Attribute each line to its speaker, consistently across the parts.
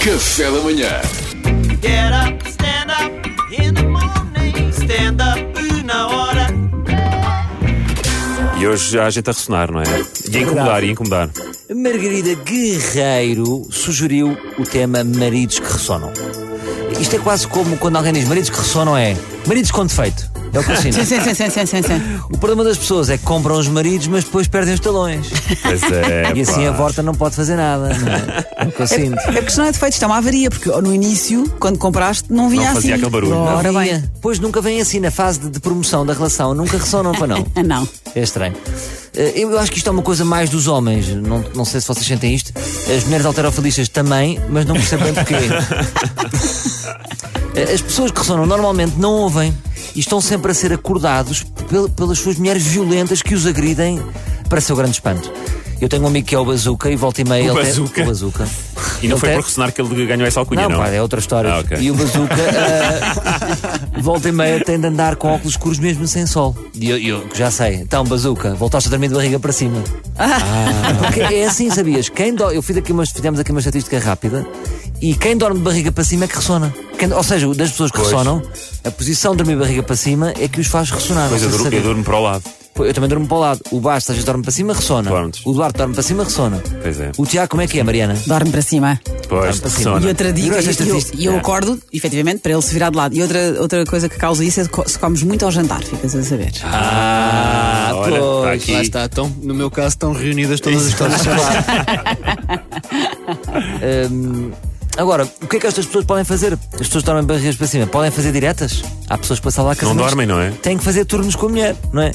Speaker 1: Café da manhã.
Speaker 2: Get up, stand up in the morning. Stand up na hora.
Speaker 3: E hoje há gente a ressonar, não é? E a incomodar, e a incomodar.
Speaker 4: Margarida Guerreiro sugeriu o tema Maridos que Ressonam. Isto é quase como quando alguém diz Maridos que Ressonam é Maridos com defeito. É o que eu sinto.
Speaker 5: Sim, sim, sim, sim, sim, sim, sim.
Speaker 4: O problema das pessoas é que compram os maridos, mas depois perdem os talões.
Speaker 3: Pois é,
Speaker 4: e assim
Speaker 3: pá.
Speaker 4: a Vorta não pode fazer nada. Não é? é o que eu sinto.
Speaker 5: A questão é defeitos, isto é uma avaria, porque no início, quando compraste, não vinha
Speaker 3: Não fazia
Speaker 5: assim.
Speaker 3: aquele barulho, não.
Speaker 5: Ora
Speaker 4: Havia.
Speaker 5: bem.
Speaker 4: Pois nunca vem assim na fase de, de promoção da relação, nunca ressonam para não.
Speaker 5: Ah, não.
Speaker 4: É estranho. Eh, Eu acho que isto é uma coisa mais dos homens. Não, não sei se vocês sentem isto. As mulheres alterofilistas também, mas não percebo bem porquê. Eh, As pessoas que ressonam normalmente não ouvem e estão sempre a ser acordados pel- pelas suas mulheres violentas que os agridem para seu grande espanto. Eu tenho um amigo que é o Bazooka e volta e meia
Speaker 3: O
Speaker 4: ele tem-
Speaker 3: Bazooka?
Speaker 4: o Bazooka.
Speaker 3: E não
Speaker 4: Ele
Speaker 3: foi
Speaker 4: tem-
Speaker 3: por ressonar que ele ganhou essa alcunha,
Speaker 4: não,
Speaker 3: não?
Speaker 4: pá, é outra história.
Speaker 3: Ah, ok.
Speaker 4: E o Bazooka, eh, volta e meia, tem de andar com óculos escuros mesmo sem sol. E eu, eu que já sei. Então, Bazooka, voltaste a dormir de barriga para cima. Porque é assim, sabias? Quem do... Eu fiz aqui umas, fizemos aqui uma estatística rápida e quem dorme de barriga para cima é que ressona. Quem- ou seja, das pessoas que ressonam, a posição de dormir de barriga para cima é que os faz ressonar.
Speaker 3: Pois eu,
Speaker 4: não sei se
Speaker 3: dur- eu
Speaker 4: sabias.
Speaker 3: durmo para o lado.
Speaker 4: Pô, eu também durmo para o lado. O Basta às vezes dorme para cima, ressona.
Speaker 3: Dormes.
Speaker 4: O Duarte dorme para cima, ressona.
Speaker 3: Pois é.
Speaker 4: O Tiago, como é que é, Mariana?
Speaker 5: Dorme para cima.
Speaker 3: Pois,
Speaker 4: para cima.
Speaker 3: ressona.
Speaker 5: E outra dica,
Speaker 4: Virou esta
Speaker 5: e eu,
Speaker 4: estatística.
Speaker 5: e eu
Speaker 3: É.
Speaker 5: acordo, efetivamente, para ele se virar de lado. E outra, outra coisa que causa isso é co- se comes muito ao jantar, ficas a saber.
Speaker 3: Ah, olha, está
Speaker 4: pois,
Speaker 3: aqui.
Speaker 6: Lá está, estão, no meu caso, estão reunidas todas as coisas.
Speaker 4: Hum, agora, o que é que estas pessoas podem fazer? As pessoas dormem barrigas para cima. Podem fazer diretas? Há pessoas que passam lá a casa.
Speaker 3: Não
Speaker 4: mas
Speaker 3: dormem, não é?
Speaker 4: Têm que fazer turnos com a mulher, não é?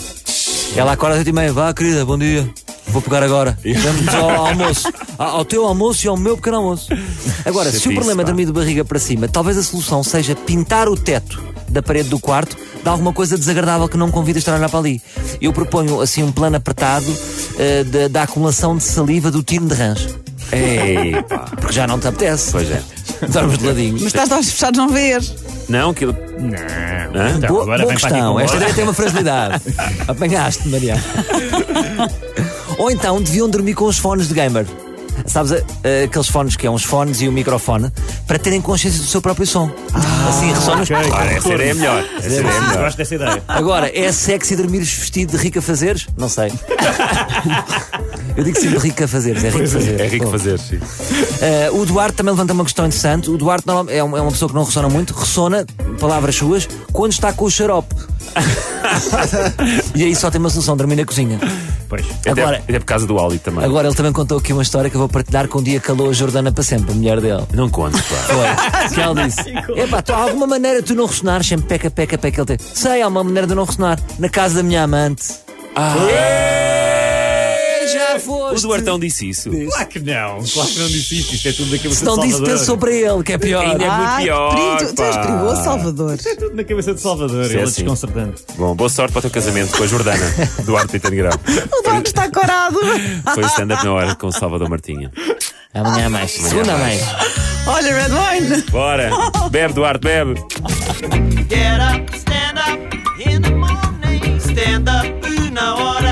Speaker 4: Ela acorda às 8 e meia. Vá, querida, bom dia. Vou pegar agora. Vamos ao almoço. A- Ao teu almoço e ao meu pequeno almoço. Agora, se o
Speaker 3: Chatice,
Speaker 4: problema é
Speaker 3: pá.
Speaker 4: dormir de barriga para cima, talvez a solução seja pintar o teto da parede do quarto de alguma coisa desagradável que não convida a estar a olhar para ali. Eu proponho, assim, um plano apertado eh, da, da acumulação de saliva do tiro de rancho.
Speaker 3: Ei, pá.
Speaker 4: Porque já não te apetece.
Speaker 3: Pois é.
Speaker 4: Dormes de ladinho.
Speaker 5: Mas estás de olhos fechados, não vês.
Speaker 3: Não, aquilo. Hã?
Speaker 4: Boa, boa questão. Esta ideia tem uma fragilidade. Apanhaste, Mariana. Ou então deviam dormir com os fones de gamer. Sabes, eh, eh, aqueles fones que é uns fones e um microfone, para terem consciência do seu próprio som. assim, ressona.
Speaker 3: Claro, essa ideia é melhor. Essa ideia é melhor.
Speaker 7: Gosto dessa ideia.
Speaker 4: Agora, é sexy dormires vestido de rico a fazeres? Não sei. Eu digo sempre rico a fazeres, é rico a fazeres.
Speaker 3: É rico
Speaker 4: Bom.
Speaker 3: fazer, sim.
Speaker 4: Uh, o Duarte também levanta uma questão interessante. O Duarte normal- é um- é uma pessoa que não ressona muito, ressona, palavras suas, quando está com o xarope. e aí só tem uma solução: dormir na cozinha.
Speaker 7: Pois.
Speaker 3: É Até,
Speaker 4: Agora-
Speaker 3: até por causa do Ali também.
Speaker 4: Agora ele também contou aqui uma história que eu vou partilhar que um dia calou a Jordana para sempre, a mulher dele.
Speaker 3: Não contes, pá.
Speaker 4: Foi. que ela disse: Epá, tu, há alguma maneira de tu não ressonar? Sempre peca, peca, peca. Ele tem: Sei, há uma maneira de eu não ressonar. Na casa da minha amante. Ah. Já
Speaker 3: O
Speaker 4: foste.
Speaker 3: Duartão disse isso.
Speaker 7: Claro que não. Claro que não disse isto. Isto é tudo daquela
Speaker 4: Se não disse, pensou para Então ele, que é pior.
Speaker 3: Ainda é muito
Speaker 5: Ai, que
Speaker 3: pior.
Speaker 5: perigo. Tu és
Speaker 3: pá.
Speaker 5: perigoso, Salvador.
Speaker 7: Tudo na cabeça de Salvador.
Speaker 3: Sim,
Speaker 7: Ele é
Speaker 3: sim.
Speaker 7: desconcertante.
Speaker 3: Bom, boa sorte para o teu casamento com a Jordana, Duarte Pitano Grau.
Speaker 5: O Duarte está corado.
Speaker 3: Foi o stand-up na hora com o Salvador Martinha. É
Speaker 4: Amanhã há mais. Segunda há mais.
Speaker 5: Olha, Red Wine.
Speaker 3: Bora! Bebe, Duarte, bebe!
Speaker 2: Get up, stand up in the morning. Stand up na hora.